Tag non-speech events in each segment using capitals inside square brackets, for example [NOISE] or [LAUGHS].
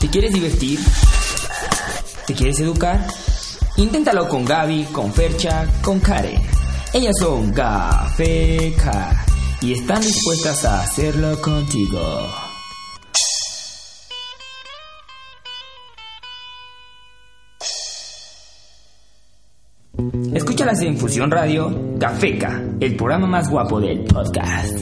¿Te quieres divertir? ¿Te quieres educar? Inténtalo con Gaby, con Fercha, con Karen. Ellas son Gafeca y están dispuestas a hacerlo contigo. Escúchalas en Fusión Radio, Gafeca, el programa más guapo del podcast.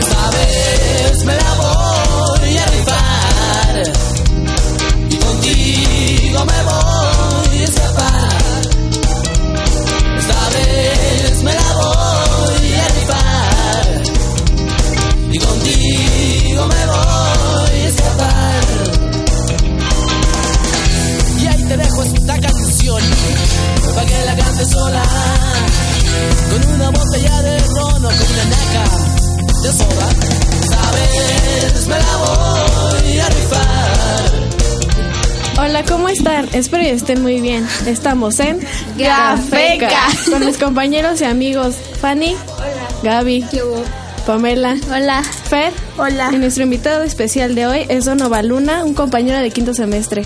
Sabes, me la voy a rifar y contigo me voy a escapar. Sabes, me la voy a rifar y contigo me voy a escapar. Y ahí te dejo esta canción para que la cantes sola con una botella de ron o con una naca de soda. Sabes, me la voy a rifar. Hola, ¿cómo están? Espero que estén muy bien. Estamos en Gafeca. con mis compañeros y amigos Fanny, Gaby, Pamela, Hola. Fer. Hola. Y nuestro invitado especial de hoy es Don Ovaluna, un compañero de quinto semestre.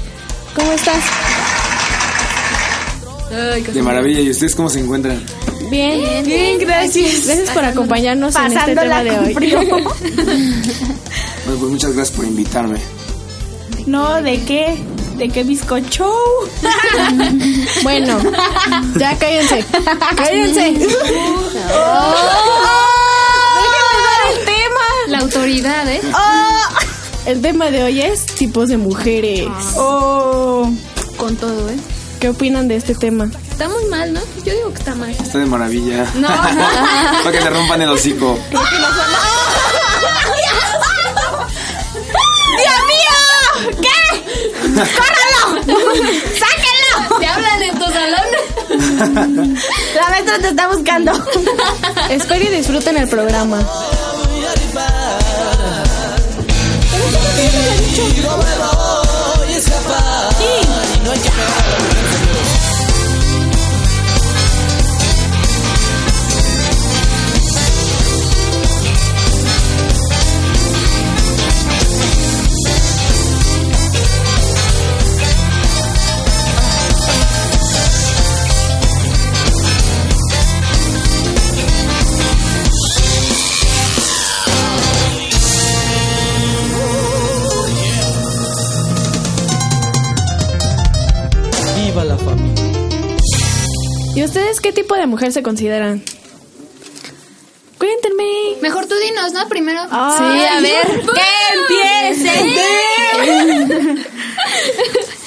¿Cómo estás? De maravilla, ¿y ustedes cómo se encuentran? Bien. Bien, gracias. Gracias por acompañarnos en este tema Pasándola de hoy. con frío. Bueno, pues muchas gracias por invitarme. No, ¿de qué? ¿De qué bizcocho? [LAUGHS] Bueno, ya cállense. Cállense. [LAUGHS] Oh. La autoridad, ¿eh? Ah. [LAUGHS] El tema de hoy es tipos de mujeres. Con todo, ¿eh? ¿Qué opinan de este tema? Está muy mal, ¿no? Yo digo que está mal. Está de maravilla. [LAUGHS] No, [LAUGHS] Para que te rompan el hocico. ¡Dios mío! ¿Qué? ¡Córralo! ¡Sáquenlo! te hablan en tu salón. La maestra te está buscando. Espero y disfruten el programa. Viva la familia. ¿Y ustedes qué tipo de mujer se consideran? Cuéntenme. Mejor tú dinos, ¿no? Primero. Ay. [LAUGHS] ¡Que empiece! [LAUGHS]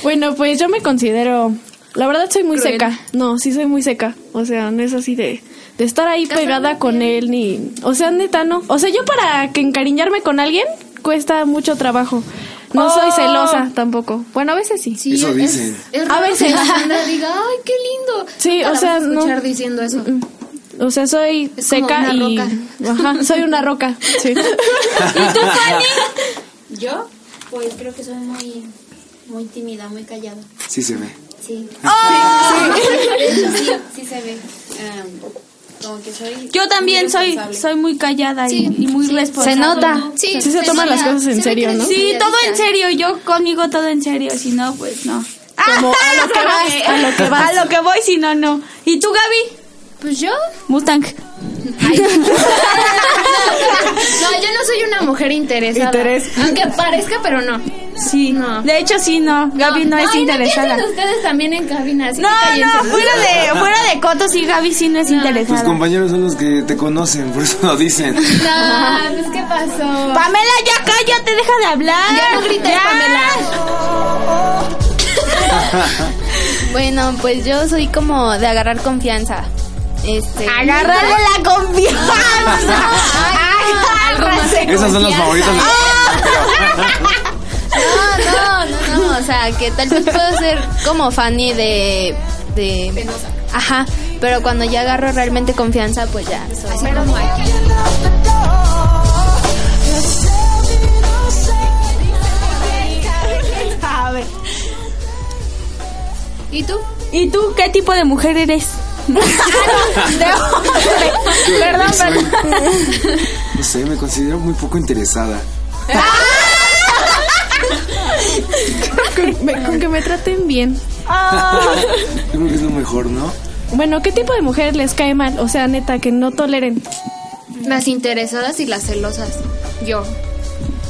Bueno, pues yo me considero. La verdad soy muy seca. No, sí soy muy seca. O sea, no es así de, de estar ahí pegada con él ni. O sea, neta, no. O sea, yo para que encariñarme con alguien cuesta mucho trabajo. No Oh. soy celosa tampoco. Bueno, a veces sí. Sí, Eso es- dicen. Es, A a ver, ver, sí. que la banda diga, ¡ay, qué lindo! Sí, Para o sea, no. escuchar diciendo eso. O sea, soy Es como seca una y. roca. Ajá, soy una roca. [LAUGHS] Sí. ¿Yo? Pues creo que soy muy, muy tímida, muy callada. Sí se ve. Sí. sí, sí se ve. Em, como que soy. Yo también muy soy, responsable. soy muy callada y- Sí, y, muy sí. responsable. Sí se toman nota. las cosas en Se ve serio, que eres ¿no? Sí, todo en idealista. serio. Yo conmigo todo en serio. Si no, pues no. Como a lo que vas, a lo que vas. A lo que voy, si no, no. ¿Y tú, Gaby? Pues yo, Mustang. No, yo no soy una mujer interesada. Interés. Aunque parezca, pero no. Sí. No. De hecho, sí, no. Gaby no, Ay, es interesada. piensen No, ustedes también en cabina. así que no, cállense. fuera de, fuera de Cotos y Gaby sí no es Tus interesada. compañeros son los que te conocen, por eso lo dicen. No, pues ¿qué pasó? Pamela, ya cállate, deja de hablar. Ya no grites, Ya. Pamela. Bueno, pues yo soy como de agarrar confianza. Este, Agárrale la confianza. Agárrase. Esas son las favoritas de No, no, no, no, o sea, que tal vez puedo ser como Fanny de... de Ajá, pero cuando ya agarro realmente confianza, pues ya. soy- A ver. ¿Y tú? ¿Y tú qué tipo de mujer [LAUGHS] eres? Ah, Perdón, perdón. No sé, me considero muy poco interesada. Con, me- con que me traten bien. Yo creo que es lo mejor, ¿no? Bueno, ¿qué tipo de mujeres les cae mal? O sea, neta, que no toleren. Las interesadas y las celosas. Yo.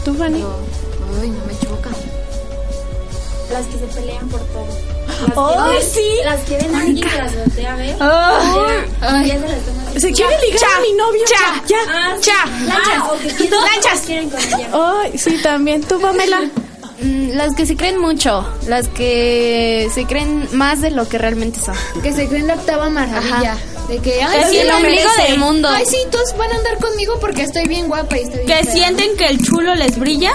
¿Tú, Fanny? Ay, no me chocan. Las que se pelean por todo. ¡Oh, sí! Las que ven a alguien que las voltea a ver. Ay. Y ya se las toman. Oh. ¿Se quiere ligar a mi novio? Cha, Ah, sí. cha. Lanchas. o que quieren, Lanchas. quieren con ella. Ay, sí, también. ¿Tú, Pamela? Mm, Las que se creen mucho, las que se creen más de lo que realmente son. Que se creen la octava maravilla. De que, ay, Es sí, el la ombligo merece. del mundo. Ay, sí, todos van a andar conmigo porque estoy bien guapa y estoy bien Que fea. sienten que el chulo les brilla.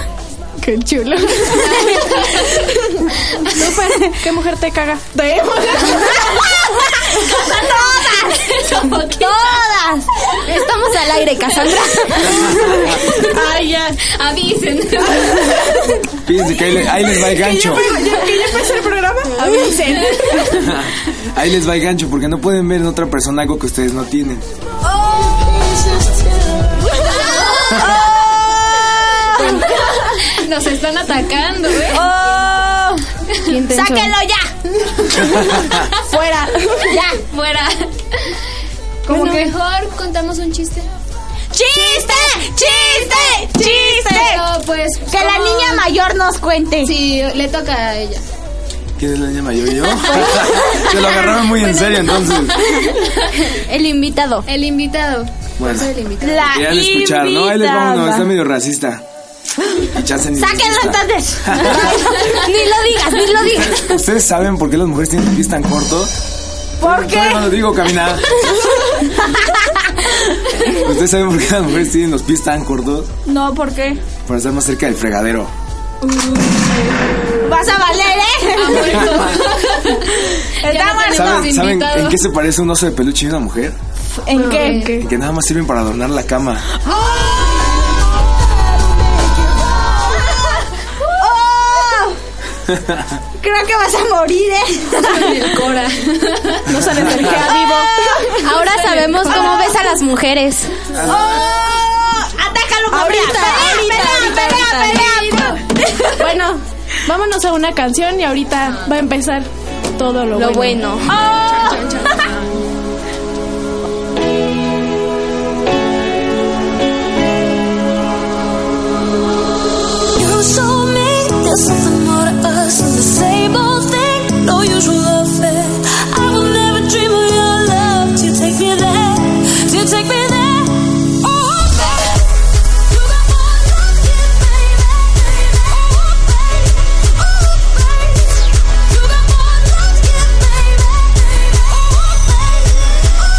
Qué [LAUGHS] chulo. ¿Tú, Fanny? ¿Qué mujer te caga? ¡Todas! Estamos al aire, Cassandra. Ay, ya. Avisen. Fíjense que ahí, le- ahí les va el gancho. Ahí les va el gancho porque no pueden ver en otra persona algo que ustedes no tienen. Nos están atacando, ¿eh? ¡Oh! ¡Sáquenlo ya! [LAUGHS] Fuera. [LAUGHS] Ya, fuera. Como que mejor contamos un chiste. ¡Chiste! ¡Chiste! ¡Chiste! Pero pues. Que la como- niña mayor nos cuente. Sí, le toca a ella. ¿Quién es la niña [LAUGHS] mayor? ¿Yo? [LAUGHS] Se lo agarraron muy en serio entonces. El invitado. El invitado. Bueno, El invitado. La querían escuchar, ¿no? Ahí les va uno, está invitada. medio racista. Y chance ni Sáquenlo racista. entonces. [LAUGHS] Ni lo digas, ni lo digas. ¿Ustedes saben por qué las mujeres tienen pies tan cortos? ¿Por qué? No, no lo digo, camina. ¿Ustedes saben por qué las mujeres tienen los pies tan cortos? No, ¿por qué? Para estar más cerca del fregadero. Vas a valer, ¿eh? Estamos ¿Saben, ¿saben en qué se parece un oso de peluche y una mujer? ¿En qué? En que nada más sirven para adornar la cama. ¡Oh! Creo que vas a morir, ¿eh? El Cora. No [LAUGHS] sale energía vivo. Ahora sabemos cómo ves a las mujeres. ¡Oh! ¡Atácalo, Gabriel! ¡Pelea, pelea, pelea, Bueno, vámonos a una canción y ahorita va a empezar todo lo, Lo bueno. bueno. You show me there's something more to us than the same old thing, no usual affair. I will never dream of your love. Do you take me there? Do you take me there? Oh, baby. You got more love than baby, baby. Oh, baby. Oh, baby. You got more love than baby, baby. Oh, baby.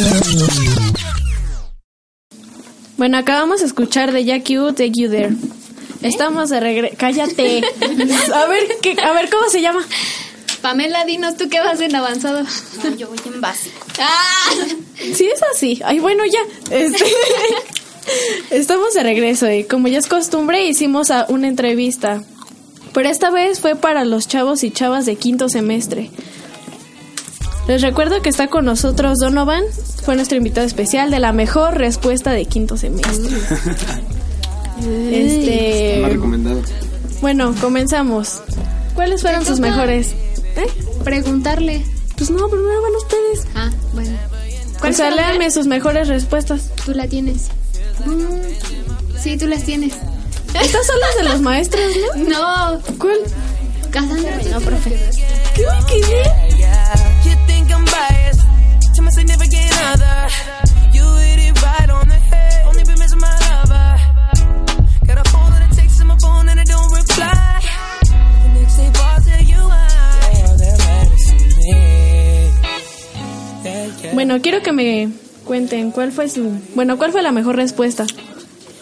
Oh, Bueno, acabamos de escuchar de Jack U, Take You ¿Eh? There. Estamos de regreso. [LAUGHS] Cállate. a ver, ¿qué, a ver cómo se llama. Pamela, dinos, ¿tú qué vas en avanzado? yo voy en básico. ¡Ah! Sí, es así. Ay, bueno, ya. Este, [LAUGHS] estamos de regreso y como ya es costumbre, hicimos a- una entrevista. Pero esta vez fue para los chavos y chavas de quinto semestre. Les recuerdo que está con nosotros Donovan, fue nuestro invitado especial de la mejor respuesta de quinto semestre. Este, Más recomendado. bueno, comenzamos. ¿Cuáles fueron sus mejores? Preguntarle. Pues no, primero van ustedes. Ah, bueno. O sea, fueron? léanme sus mejores respuestas. Tú la tienes. Mm, Sí, tú las [LAUGHS] tienes. Estas son las de los maestros, ¿no? No, ¿Cuál? Cassandra, no, profe. ¿Qué me quedé? You think I'm biased to my significant other. You hit it right on the head. Only been missing my lover. Got a phone that takes to my phone and I don't reply. The next day, boss, tell you why. All that matters to me. Yeah, yeah. Bueno, quiero que me cuenten cuál fue su. Bueno, cuál fue la mejor respuesta.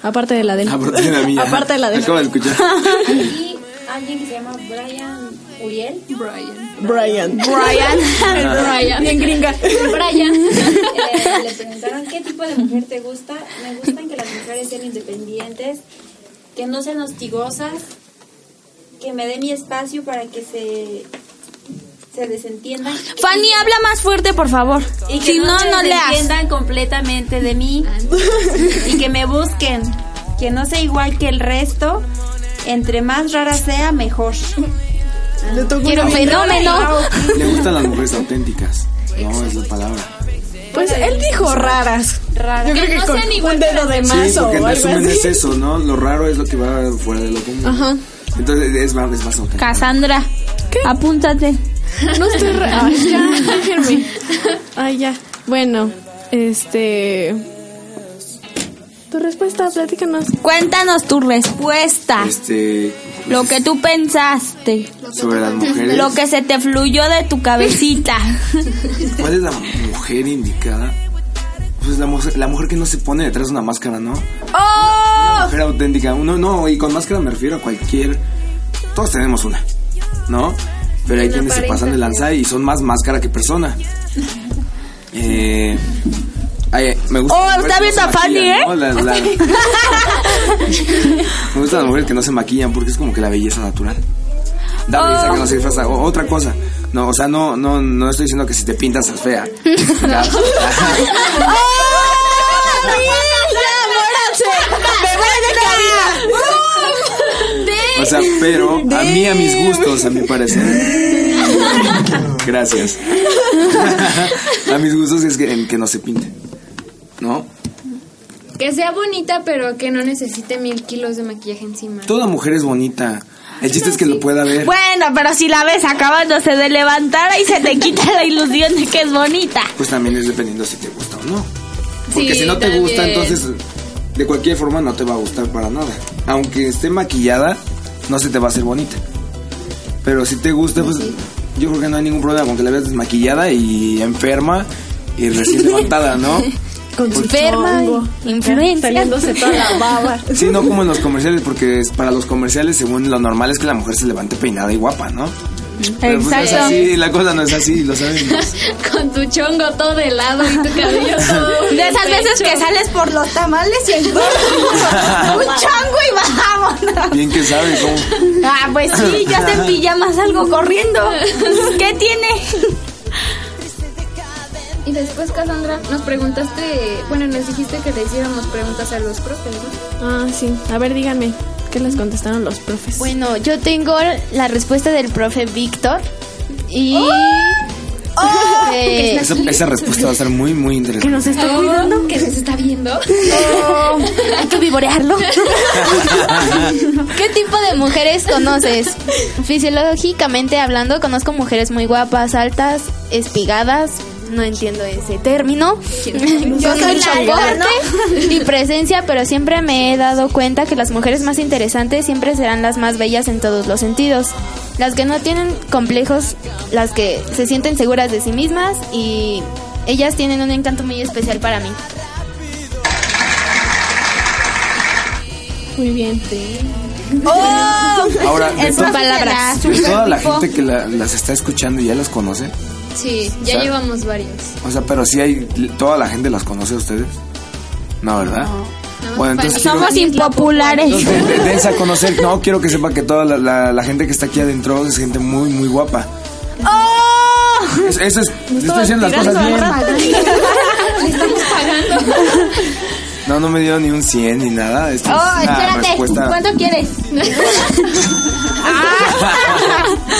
Aparte de la del. Aparte de la mía. Aparte de la del. Ah, Acabo [LAUGHS] de escuchar. Y alguien que se llama Brian Uriel. Brian. Brian. Brian. Brian. Bien gringa. Brian. Eh, le preguntaron qué tipo de mujer te gusta. Me gustan que las mujeres sean independientes, que no sean hostigosas, que me dé mi espacio para que se se desentiendan Fanny, habla más fuerte, por favor. y que si no, se no leas. desentiendan completamente de mí y que me busquen, que no sea igual que el resto. Entre más rara sea, mejor. Quiero fenómeno. Le gustan las mujeres auténticas. No, es la palabra. Pues él dijo raras. Raras. Yo creo que con un dedo de Sí, más o porque en algo resumen así. es eso, ¿no? Lo raro es lo que va fuera de lo común. Ajá. Entonces es más, es más auténtico. Cassandra, apúntate. [LAUGHS] No estoy ra- Ay, ya, déjenme. Ay, ya. Bueno, este. Tu respuesta, platícanos. Cuéntanos tu respuesta. Este. Lo que tú pensaste. Sobre las mujeres. Lo que se te fluyó de tu [LAUGHS] cabecita. [LAUGHS] ¿Cuál es la mujer indicada? Pues la, mu- la mujer que no se pone detrás de una máscara, ¿no? ¡Oh! Una mujer auténtica. Uno, no, y con máscara me refiero a cualquier. Todos tenemos una, ¿no? Pero hay quienes se pasan de lanza y son más máscara que [LAUGHS] persona. Eh, ay, me gusta. Oh, está viendo a Fanny, ¿eh? [LAUGHS] me gustan las mujeres que no se maquillan porque es como que la belleza natural. Da Oh. belleza que no se disfraza. O- otra cosa. No, o sea, no, no, no estoy diciendo que si te pintas es [LAUGHS] fea. ¡Oh, O sea, pero a mí, a mis gustos, a mi parecer. Gracias. [LAUGHS] a mis gustos es que, que no se pinte. ¿No? Que sea bonita, pero que no necesite mil kilos de maquillaje encima. Toda mujer es bonita. El chiste es que lo pueda ver. [LAUGHS] Bueno, pero si la ves acabándose de levantar ahí se te quita la ilusión de que es bonita. Pues también es dependiendo si te gusta o no. Porque Sí, si no te gusta, también. entonces de cualquier forma no te va a gustar para nada. Aunque esté maquillada, no se te va a hacer bonita. Pero si te gusta, pues yo creo que no hay ningún problema con que la veas desmaquillada y enferma y recién [LAUGHS] levantada, ¿no? Con su Enferma, chongo. influencia. Saliéndose toda la baba. Sí, no como en los comerciales, porque es- para los comerciales, según lo normal, es que la mujer se levante peinada y guapa, ¿no? Pero pues no es Exacto. así, la cosa no es así, lo sabemos. [LAUGHS] Con tu chongo todo de lado y tu [LAUGHS] cabello todo. De esas veces que sales por los tamales y el un [LAUGHS] chango y [LAUGHS] bajamos. Bien que sabe cómo. Ah, pues sí, ya te en pijamas [LAUGHS] algo corriendo. ¿Qué tiene? Y después, Cassandra, nos preguntaste. Bueno, nos dijiste que le hiciéramos preguntas a los profes, ¿no? Ah, sí. A ver, díganme. ¿Qué les contestaron los profes? Bueno, yo tengo la respuesta del profe Víctor y... [LAUGHS] Eh, Esa, esa respuesta va a ser muy, muy interesante. nos está cuidando. Que se está viendo. Hay que vivorearlo. ¿Qué tipo de mujeres conoces? Fisiológicamente hablando, conozco mujeres muy guapas, altas, espigadas. No entiendo ese término. [LAUGHS] Con soy mucho changona, porte y presencia, pero siempre me he dado cuenta que las mujeres más interesantes siempre serán las más bellas en todos [LAUGHS] los sentidos. Las que no tienen complejos, las que se sienten seguras de sí mismas y ellas tienen un encanto muy especial para mí. Muy bien. Ahora, de en to- sus palabras. de toda la gente que la- las está escuchando y ya las conoce. Sí, ya ¿Sabe? llevamos varios. O sea, pero sí hay. Toda la gente las conoce a ustedes. No, ¿verdad? Bueno, entonces. quiero- Somos impopulares. Entonces, de- de- dense a conocer. No, quiero que sepa que toda la, la- la gente que está aquí adentro es gente muy, muy guapa. ¡Oh! Es- eso es. Estoy haciendo las cosas bien. [LAUGHS] Le estamos pagando. No, no me dieron ni un 100 ni nada. Esto Oh, es una respuesta. ¡Oh! ¿Cuánto [LAUGHS] quieres? Ah,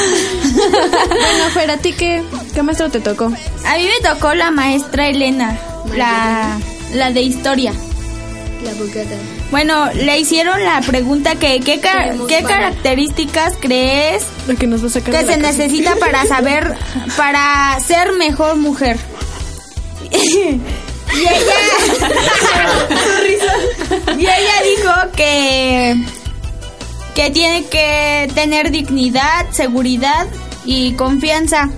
Bueno, Fer, ¿a ti qué, qué maestro te tocó? A mí me tocó la maestra Elena, la, la de historia. La bugada. Bueno, le hicieron la pregunta que qué, ca- Queremos qué bala. características crees Lo que nos va a sacar que de la se casa. necesita [LAUGHS] para saber, para ser mejor mujer. y ella, y ella dijo que que tiene que tener dignidad, seguridad y confianza.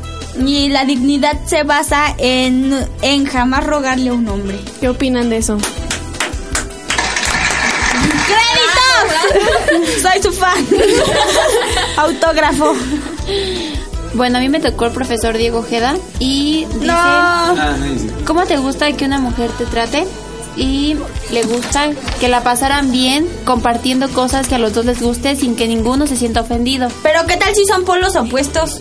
Y la dignidad se basa en, en jamás rogarle a un hombre. ¿Qué opinan de eso? ¡Créditos! Soy su fan. Autógrafo. Bueno, a mí me tocó el profesor Diego Ojeda y dice... No. Ah, sí, sí. ¿Cómo te gusta que una mujer te trate? Y le gusta que la pasaran bien compartiendo cosas que a los dos les guste sin que ninguno se sienta ofendido. Pero ¿qué tal si son polos opuestos?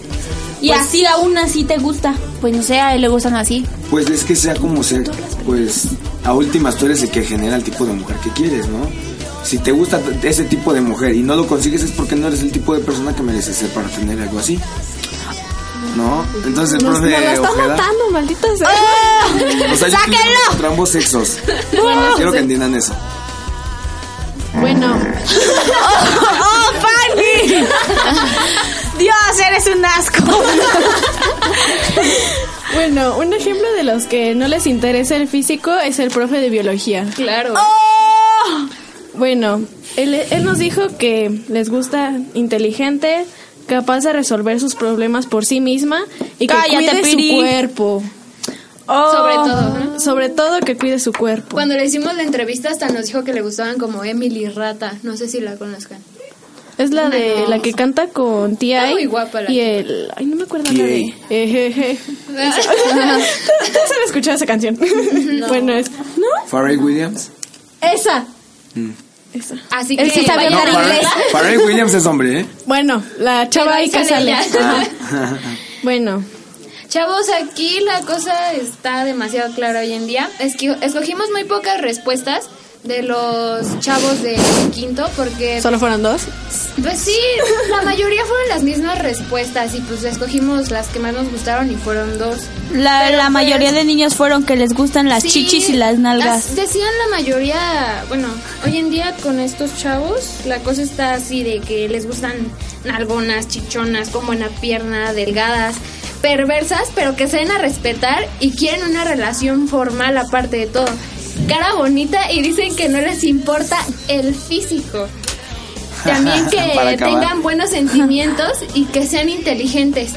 Y Pues- así aún así te gusta. Pues no sé, a él le gustan así. [LAUGHS] Pues es que sea como sea, pues a últimas tú eres el que genera el tipo de mujer que quieres, ¿no? Si te gusta t- ese tipo de mujer y no lo consigues es porque no eres el tipo de persona que mereces ser para tener algo así. ¿No? Entonces el Nos, profe nos la está Ojeda- matando, maldita sea. [LAUGHS] o sea, yo estoy contra ambos sexos. Quiero que entiendan eso. Bueno, ¡Oh, Fanny! Dios, eres un asco. bueno, un ejemplo de los que no les interesa el físico es el profe de biología. Claro. Bueno, él, él nos dijo que les gusta inteligente, capaz de resolver sus problemas por sí misma y que cuide Cállate, Piri. su cuerpo. Sobre todo, ¿no? Sobre todo que cuide su cuerpo. Cuando le hicimos la entrevista hasta nos dijo que le gustaban como Emily Rata. No sé si la [LAUGHS] conozcan. Es la de la que canta con T.I. muy guapa la y chica. el ay no me acuerdo la T.I.. de. [LAUGHS] Ejeje. Todos han escuchado esa canción. Bueno, es ¿no? [LAUGHS] Pharrell Williams. Esa. Esa. Así Él que sí sabe vaya- hablar Pharrell- inglés. Pharrell Williams es hombre, ¿eh? Bueno, la chava ahí que sale sale. ella. [LAUGHS] Bueno, Chavos, aquí la cosa está demasiado clara hoy en día. Es que escogimos muy pocas respuestas de los chavos de quinto porque solo fueron dos. pues sí, la mayoría fueron las mismas respuestas y pues escogimos las que más nos gustaron y fueron dos. La, la mayoría de niños fueron que les gustan las Sí, chichis y las nalgas. las- decían la mayoría, bueno, hoy en día con estos chavos, la cosa está así de que les gustan nalgonas, chichonas, con buena pierna, delgadas, perversas, pero que se den a respetar y quieren una relación formal aparte de todo. Cara bonita y dicen que no les importa el [LAUGHS] físico. También Para que acabar. tengan buenos sentimientos y que sean inteligentes.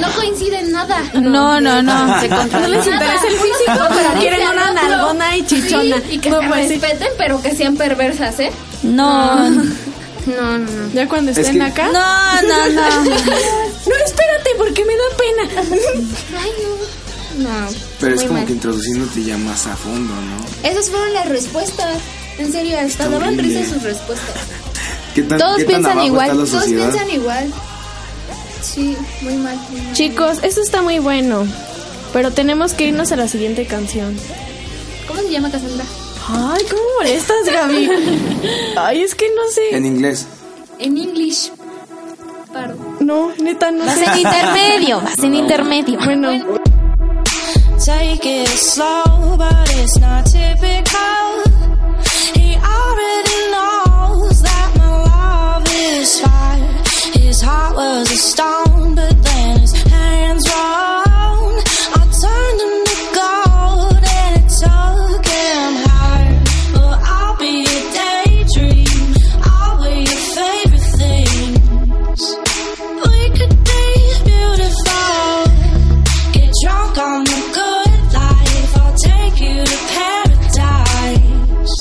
No coinciden nada. No, no, [LAUGHS] no. No les interesa el físico, pero quieren una nalgona y chichona. Sí, y que No, se pues sí. respeten, pero que sean perversas, ¿eh? No, no, No, no, no. Ya cuando Es estén que- acá. no, no. [LAUGHS] No, espérate, porque me da pena. [LAUGHS] Ay, no. No. [LAUGHS] Pero es muy como mal. que introduciéndote ya más a fondo, ¿no? Esas fueron las respuestas. En serio, hasta daban horrible. risa sus respuestas. ¿Qué tan, Todos qué tan piensan abajo igual, está la Todos sociedad? piensan igual. Sí, muy mal. muy mal. Chicos, esto está muy bueno. Pero tenemos que irnos a la siguiente canción. ¿Cómo se llama Cassandra? Ay, ¿cómo molestas, [LAUGHS] Gaby? Ay, es que no sé. En inglés. En English. Paro. No, neta, no Vas sé. en intermedio, vas en intermedio. Bueno, Take it slow, but it's not typical. He already knows that my love is fire. His heart was a stone, but then his hands were on. I turned him to gold, and it took him higher. Well, I'll be a daydream. I'll be your favorite things. We could be beautiful. Get drunk on the good life. I'll take you to paradise.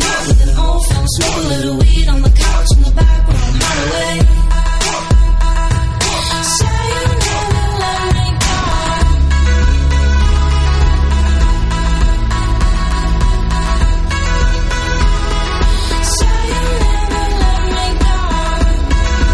Smoke a little weed on the couch in the back when I'm not awake. Say you never let me go. Say you never let me go.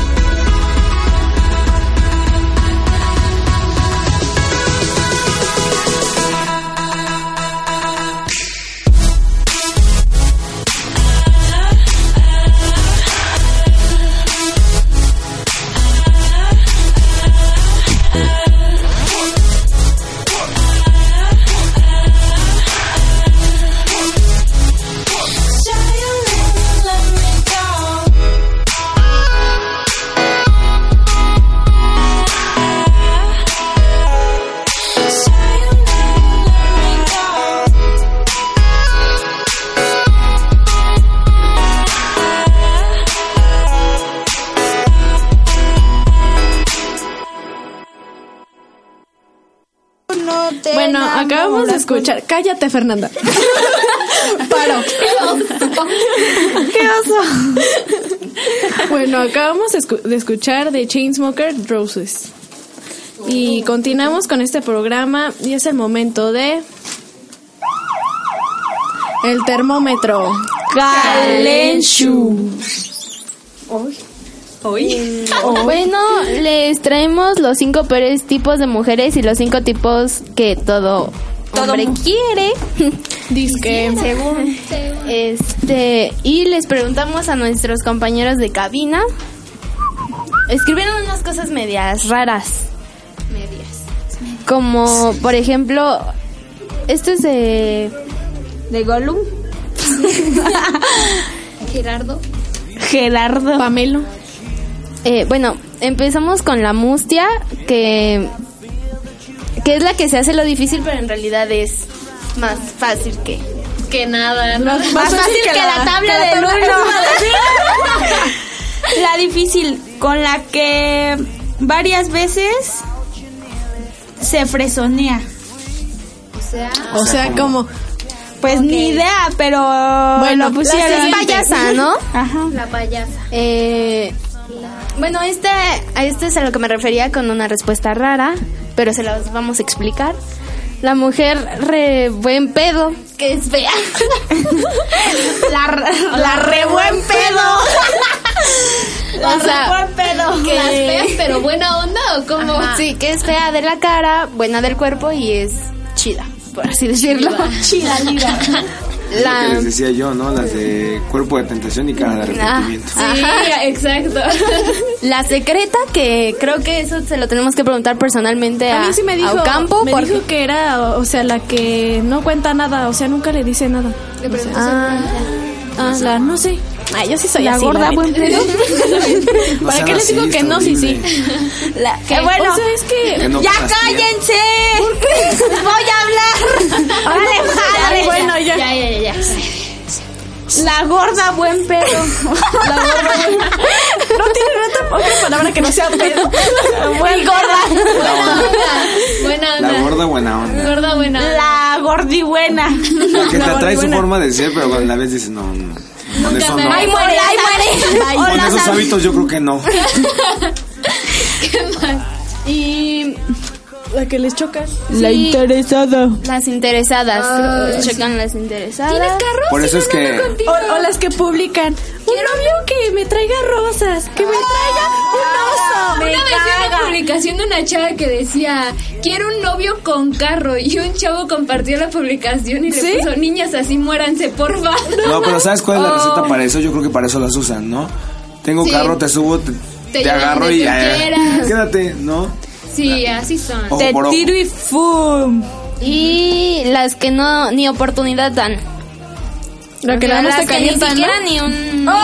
Say you never let me go. Say you never let me go. No te Bueno, enamoras acabamos de con- escuchar. Cállate, Fernanda. Paro. ¡Qué oso! Bueno, acabamos de escu- de escuchar de Chainsmoker Roses. Y continuamos con este programa y es el momento de... El termómetro. Calenshu. Bueno, les traemos los cinco peores tipos de mujeres y los cinco tipos que todo hombre [LAUGHS] quiere. Disque. Según. Este, y les preguntamos a nuestros compañeros de cabina. Escribieron unas cosas medias raras. Medias. Como, por ejemplo, esto es de ¿De Gollum? Gerardo. Gerardo. Pamelo. Eh, bueno, empezamos con la mustia, que, que es la que se hace lo difícil, pero en realidad es más fácil que... Que nada, ¿no? Más fácil que, la, tabla que la del tabla uno. [LAUGHS] la difícil, con la que varias veces se fresonea. O sea, como... Pues ni idea, pero Bueno, lo pusieron. Es payasa, ¿no? Ajá. La payasa. Eh, bueno, este, a este es a lo que me refería con una respuesta rara, pero se las vamos a explicar. La mujer re buen pedo, que es [LAUGHS] fea. La, la re buen pedo. La O sea, re buen pedo. Las feas, pero buena onda o cómo? Sí, que es fea de la cara, buena del cuerpo y es chida, por así decirlo. Chida, liga. La- que les decía yo, ¿no? Las de cuerpo de tentación y cara de arrepentimiento. Sí, exacto. La secreta, que creo que eso se lo tenemos que preguntar personalmente A a, mí sí me dijo, a Ocampo. me porque- dijo que era, o sea, la que no cuenta nada, o sea, nunca le dice nada. Ah, Ah, la no sé. Ah, yo sí soy La así, gorda, neta. buen [LAUGHS] pedo. O ¿Para sea, qué les digo racista, que no? Sí, sí. horrible. La- que bueno, O sea, es que... Que no ya pasa bien. cállense. [LAUGHS] Voy a hablar. Órale, madre. Bueno, ya. Ya, ya, ya, ya. La gorda buen pedo. La gorda buen No tiene otra, otra palabra que no sea [LAUGHS] pedo. Buen gorda. Buena onda. Buena La onda. gorda buena onda. Gorda buena onda. La gordibuena. La que te La atrae su gordibuena. forma de ser, pero cuando la ves dices, no, no. Con eso no. Ay, muere, ay, muere. O Con la esos sab- hábitos yo creo que no. Y la que les choca. La interesada. las interesadas. Checan las interesadas. Por eso es que... O, o las que publican. Un novio que me traiga rosas, que me traiga un oso. Una vez vi una publicación de una chava que decía, quiero un novio con carro. Y un chavo compartió la publicación y le ¿Sí? puso, niñas, así muéranse, porfa. No, pero ¿sabes cuál es la receta para eso? Yo creo que para eso las usan, ¿no? Tengo Sí. carro, te subo, te, te llevan agarro donde y tú ya. quieras. Quédate, ¿no? Sí, así son. Ojo Te por ojo. tiro y fum. Y las que no, ni oportunidad dan. Lo que O le sea, damos las a que ni calienta, ¿no? siquiera ni un... Las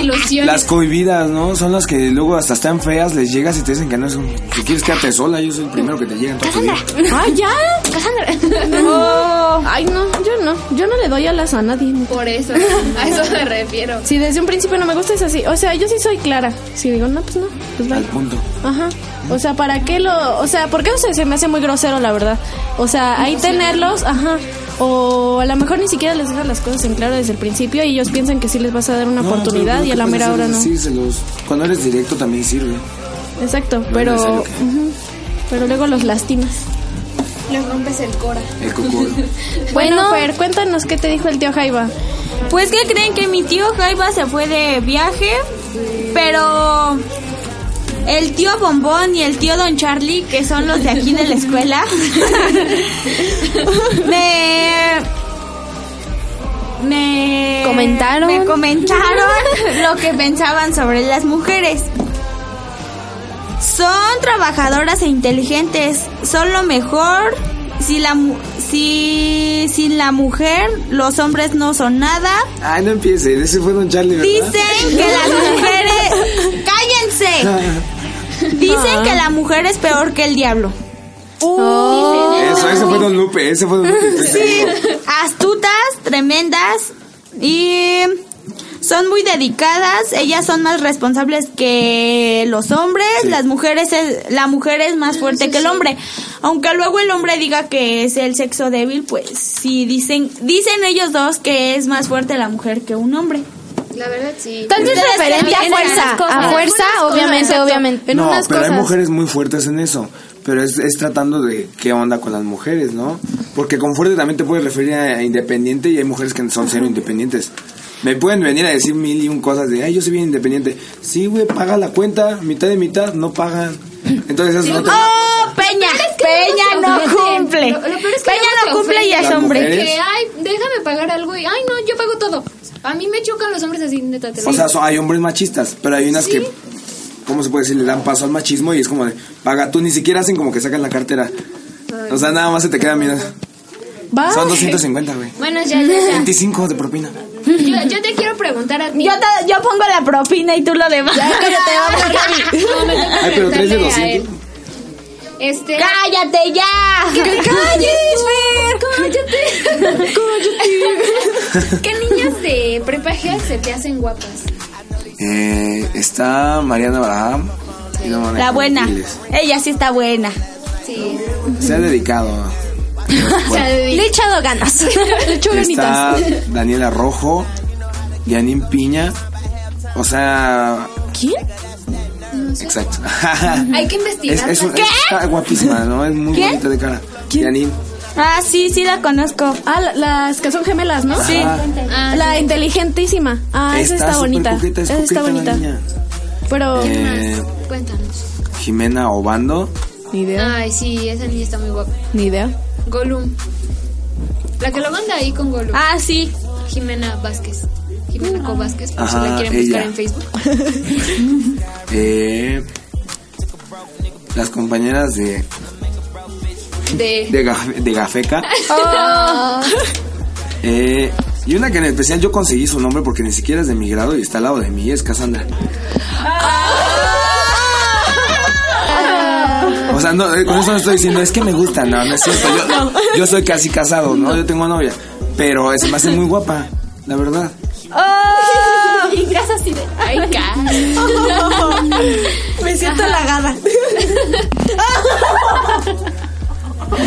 ilusiones. Las cohibidas, ¿no? Son las que luego hasta están feas, les llegas y te dicen que no es un... Si quieres quedarte sola, yo soy el primero que te llega en tu vida. Ah, ya. [LAUGHS] Ay, no, yo no. Yo no le doy alas a nadie. Por eso, a eso me refiero. Si desde un principio no me gusta es así. O sea, yo sí soy clara. Si digo, no, pues no. Pues Al bye. punto. Ajá. O sea, pues ¿para qué lo...? O sea, porque eso se me hace muy grosero, la verdad. O sea, ahí tenerlos, ajá. O a lo mejor ni siquiera les dejas las cosas en claro desde el principio y ellos piensan que sí les vas a dar una No, oportunidad pero y a la puedes mera hacer hora no. decírselos. Cuando eres directo también sirve. Exacto, pero, necesario ujú, pero luego los lastimas. Les rompes el cora. El [LAUGHS] cocoro. Bueno, Fer, cuéntanos qué te dijo el tío Jaiba. Pues que creen que mi tío Jaiba se fue de viaje, pero el tío Bombón y el tío Don Charlie, que son los de aquí de la escuela, [LAUGHS] me me Comentaron. me comentaron lo que pensaban sobre las mujeres. Son trabajadoras e inteligentes. Son lo mejor. Si la mu- si sin la mujer, los hombres no son nada. Ay, no empiece. Ese fue Don Charlie, ¿verdad? Dicen que las mujeres. Ah. ¡Cállense! Dicen que la mujer es peor que el diablo. [LAUGHS] Eso, ese fue Don Lupe. Ese fue Don Lupe. Astutas, tremendas y son muy dedicadas. Ellas son más responsables que los hombres. Las mujeres, es- la mujer es más fuerte que el hombre. Aunque luego el hombre diga que es el sexo débil, pues sí dicen, dicen ellos dos que es más fuerte la mujer que un hombre. La verdad, sí. Tanto es Ustedes referente a también en fuerza. algunas cosas. A fuerza, obviamente, obviamente. no, pero hay mujeres muy fuertes en eso. Pero es, es tratando de qué onda con las mujeres, ¿no? Porque con fuerte también te puedes referir a, a independiente y hay mujeres que son cero independientes. Me pueden venir a decir mil y un cosas de, ay, yo soy bien independiente. Sí, güey, paga la cuenta, mitad de mitad, no pagan. Entonces, eso no te- ¡Oh, Peña! Peña no cumple. Lo- lo peor es que Peña luego no se cumple y ofenden. es Las hombre. mujeres- Que, ay, déjame pagar algo y, ay, no, yo pago todo. A mí me chocan los hombres así, neta. te lo O sea, digo. so- hay hombres machistas, pero hay unas que, ¿cómo se puede decir? Le dan paso al machismo y es como de, paga tú, ni siquiera hacen como que sacan la cartera. O sea, nada más se te queda, mira. Va. Son 250, güey. Bueno, ya, ya, [LAUGHS] ya. 25 de propina. Yo, yo te quiero preguntar a ti. Yo, te- yo pongo la propina y tú lo demás. No, me toca Ay, pero tres de preguntarle a él. 200. Este. ¡Cállate ya! ¡Que te calles, ¡Cállate! ¡Cállate! ¿Qué niñas de prepa G se te hacen guapas? Eh, está Mariana Abraham. y no maneja La buena. miles. Ella sí está buena. Sí. Se ha dedicado. O sea, de- Le he echado ganas. Está [LAUGHS] Daniela Rojo, Janine Piña. O sea. ¿Quién? [LAUGHS] Exacto. hay que investigar. Es, es un- está guapísima, ¿no? Es muy bonita de cara. Janine. [LAUGHS] Ah, sí, sí la conozco. Ah, la- las que son gemelas, ¿no? Sí. Ah, La inteligentísima. Ah, esa está súper bonita. coqueta, es Esa está coqueta la bonita. niña. Pero Eh, cuéntanos. Jimena Obando. ni idea, Ay, sí, esa niña está muy guapa. ni idea. Golum. La que lo manda ahí con Golum. Ah, sí. Jimena Vázquez. Jimena Co Vázquez, por si Ajá, la quieren buscar ella. en Facebook. eh, las compañeras de, De. de, Gaf- de Gafeca. Eh, y una que en especial yo conseguí su nombre porque ni siquiera es de mi grado y está al lado de mí, es Cassandra. Ah. O sea, no, eh, con eso no estoy diciendo, es que me gusta, no, no es cierto. Yo, yo soy casi casado, ¿no? Yo tengo novia. Pero eh, se me hace muy guapa, la verdad. Ah. Ay, ca. [LAUGHS] Me siento halagada.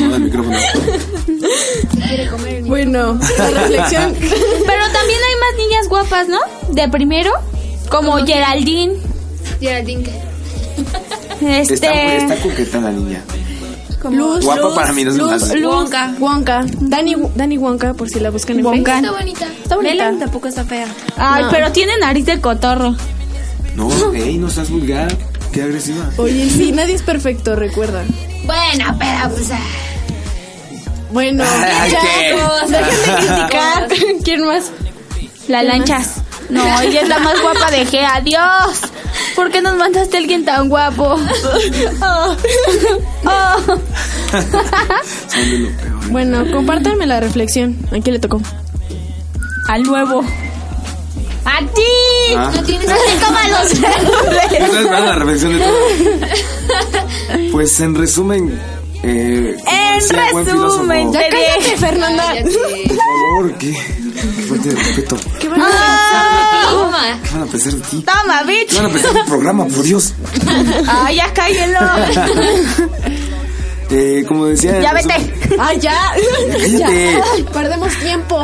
No, el micrófono. [LAUGHS] Bueno, la reflexión. Pero también hay más niñas guapas, ¿no? De primero. Como Geraldine. [LAUGHS] Geraldine. ¿qué? Está, Este. está coqueta la niña. Luz, Guapa Luz, para mí, no se me Luz, hace. Luz, Wonka. Wonka. Dani, Dani Wonka, por si la buscan en Está Wonka. bonita. Está bonita. tampoco está fea. Ay, pero tiene nariz de cotorro. No, ey, no seas vulgar. Qué agresiva. Oye, sí, nadie es perfecto, recuerda. Bueno, pero pues. ah, [LAUGHS] Bueno, Ay, ya, ¿qué? déjenme criticar. ¿Quién más? Ah. La lanchas. No, ella es la más guapa de G. Adiós. ¿Por qué nos mandaste a alguien tan guapo? Oh. Oh. Son de lo peor. Bueno, compártanme la reflexión. ¿A quién le tocó? Al nuevo. A ti. Ah. No tienes. Toma los verdes. Estoy esperando la reflexión de todo. Pues en resumen. Eh, como decía En el buen filósofo, resumen, te dije- Fernanda. Por favor, que. que Falta de respeto. [LAUGHS] ¿Qué van a Ah. Toma. ¿Qué van a pensar de ti? Toma, ¿Qué bitch. van a pensar del programa, por Dios? Ay, ya cállelo. eh, como decía... Ya el vete. ¡Ah, ya! ya. Cállate. Ay, perdemos tiempo.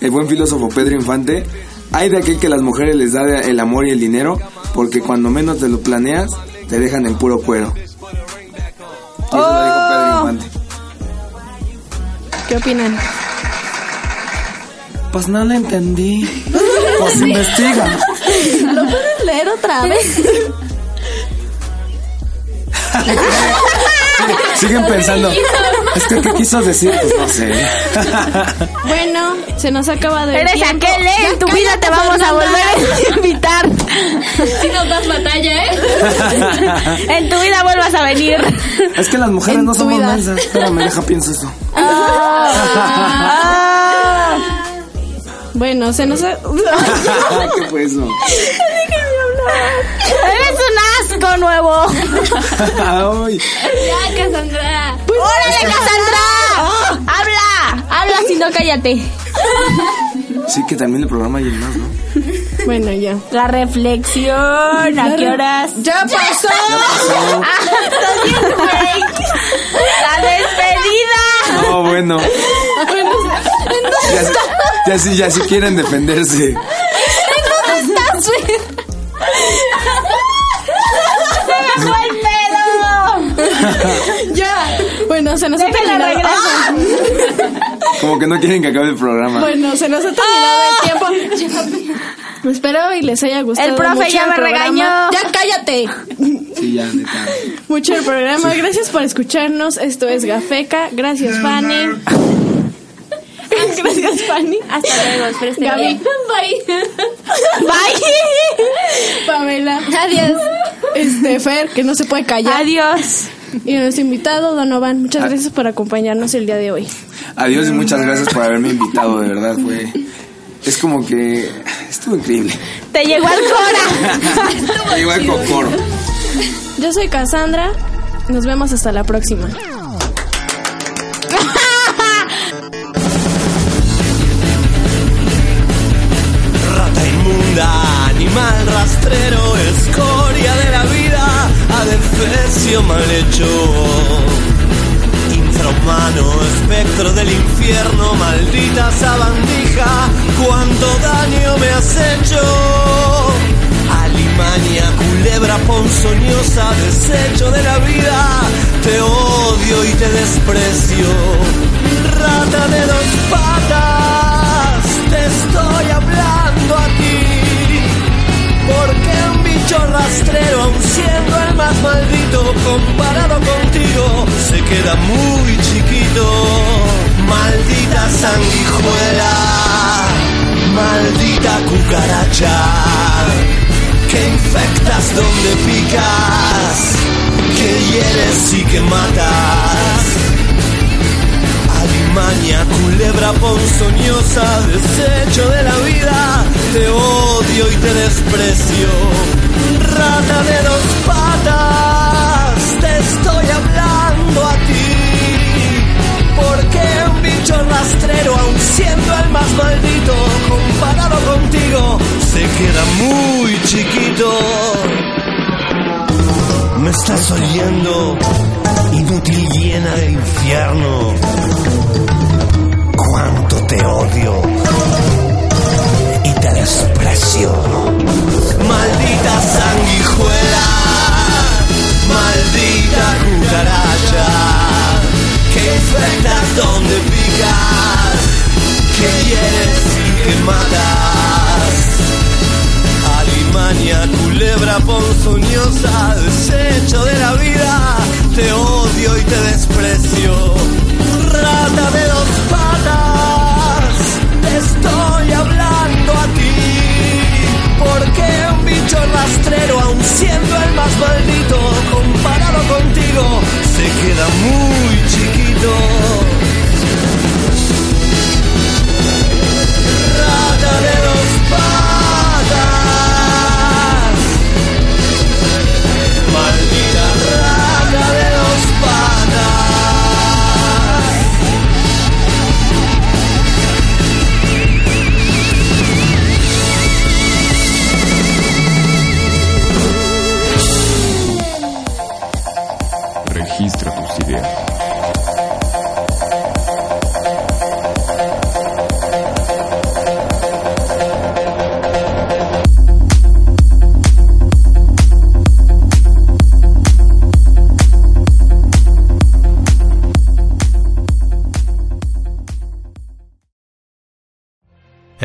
el buen filósofo Pedro Infante, hay de aquel que las mujeres les da el amor y el dinero, porque cuando menos te lo planeas, te dejan en puro cuero. Y eso lo dijo Oh. Pedro Infante. ¿Qué opinan? Pues no lo entendí. Pues investiga. ¿Lo puedes leer otra vez? Siguen pensando. Es que, ¿qué quiso decir? Pues no sé. Bueno, se nos acaba de Eres tiempo. aquel, ¿eh? En tu vida te vamos a volver a invitar. Si nos das batalla, ¿eh? [LAUGHS] En tu vida vuelvas a venir. Es que las mujeres no somos mensas. Espérame, deja, pienso eso. Ah. Bueno, se nos ha... [LAUGHS] [LAUGHS] ¿Qué fue eso? Eres un asco nuevo. Ay, Ya, Cassandra. ¡Órale, Cassandra! ¡Habla! Habla, si no, cállate. sí, que también el programa hay más, ¿no? Bueno, ya. La reflexión. ¿A qué horas? ¡Ya pasó! Ah, ¡La despedida! No, bueno. Ya, ya sí, ya sí quieren defenderse. ¡Buen pedo! ¡Ya! Bueno, se nos ha terminado... Como que no quieren que acabe el programa. Bueno, se nos ha terminado el tiempo. Espero y les haya gustado Ah. El profe mucho ya el me programa. regañó. ¡Ya cállate! Sí, ya, neta. Mucho el programa. Gracias por escucharnos. Esto es Gafeca. Gracias, Fanny. [LAUGHS] Gracias, Fanny. Hasta luego, espero estén Gaby, bien. [LAUGHS] Pamela, Adiós. este, Fer, que no se puede callar. Adiós. Y nuestro invitado, Donovan, muchas gracias por acompañarnos el día de hoy. Adiós y muchas gracias por haberme invitado, de verdad, fue. Es como que. Estuvo increíble. Te llegó al cora. Igual con coro. Yo soy Cassandra. Nos vemos hasta la próxima. Rata inmunda, animal rastrero, escoria de la vida, adefesio mal hecho. Infrahumano, espectro del infierno, maldita sabandija, cuánto daño me has hecho. Alimania, culebra ponzoñosa, desecho de la vida, te odio y te desprecio. Rata de dos patas, te estoy hablando a ti. Porque un bicho rastrero, aun siendo el más maldito, comparado contigo, se queda muy chiquito. Maldita sanguijuela, maldita cucaracha, que infectas donde picas, que hieres y que matas. Alemania, culebra ponzoñosa, desecho de la vida, te odio y te desprecio. Rata de dos patas, te estoy hablando a ti. Porque un bicho rastrero, aun siendo el más maldito, comparado contigo, se queda muy chiquito. Me estás oyendo, inútil llena de infierno. Cuánto te odio y te desprecio. Maldita sanguijuela, maldita cucaracha, que infectas donde picas, que hieres y que matas. Alimania, culebra ponzoñosa, desecho de la vida, te odio y te desprecio. Rata de dos patas, te estoy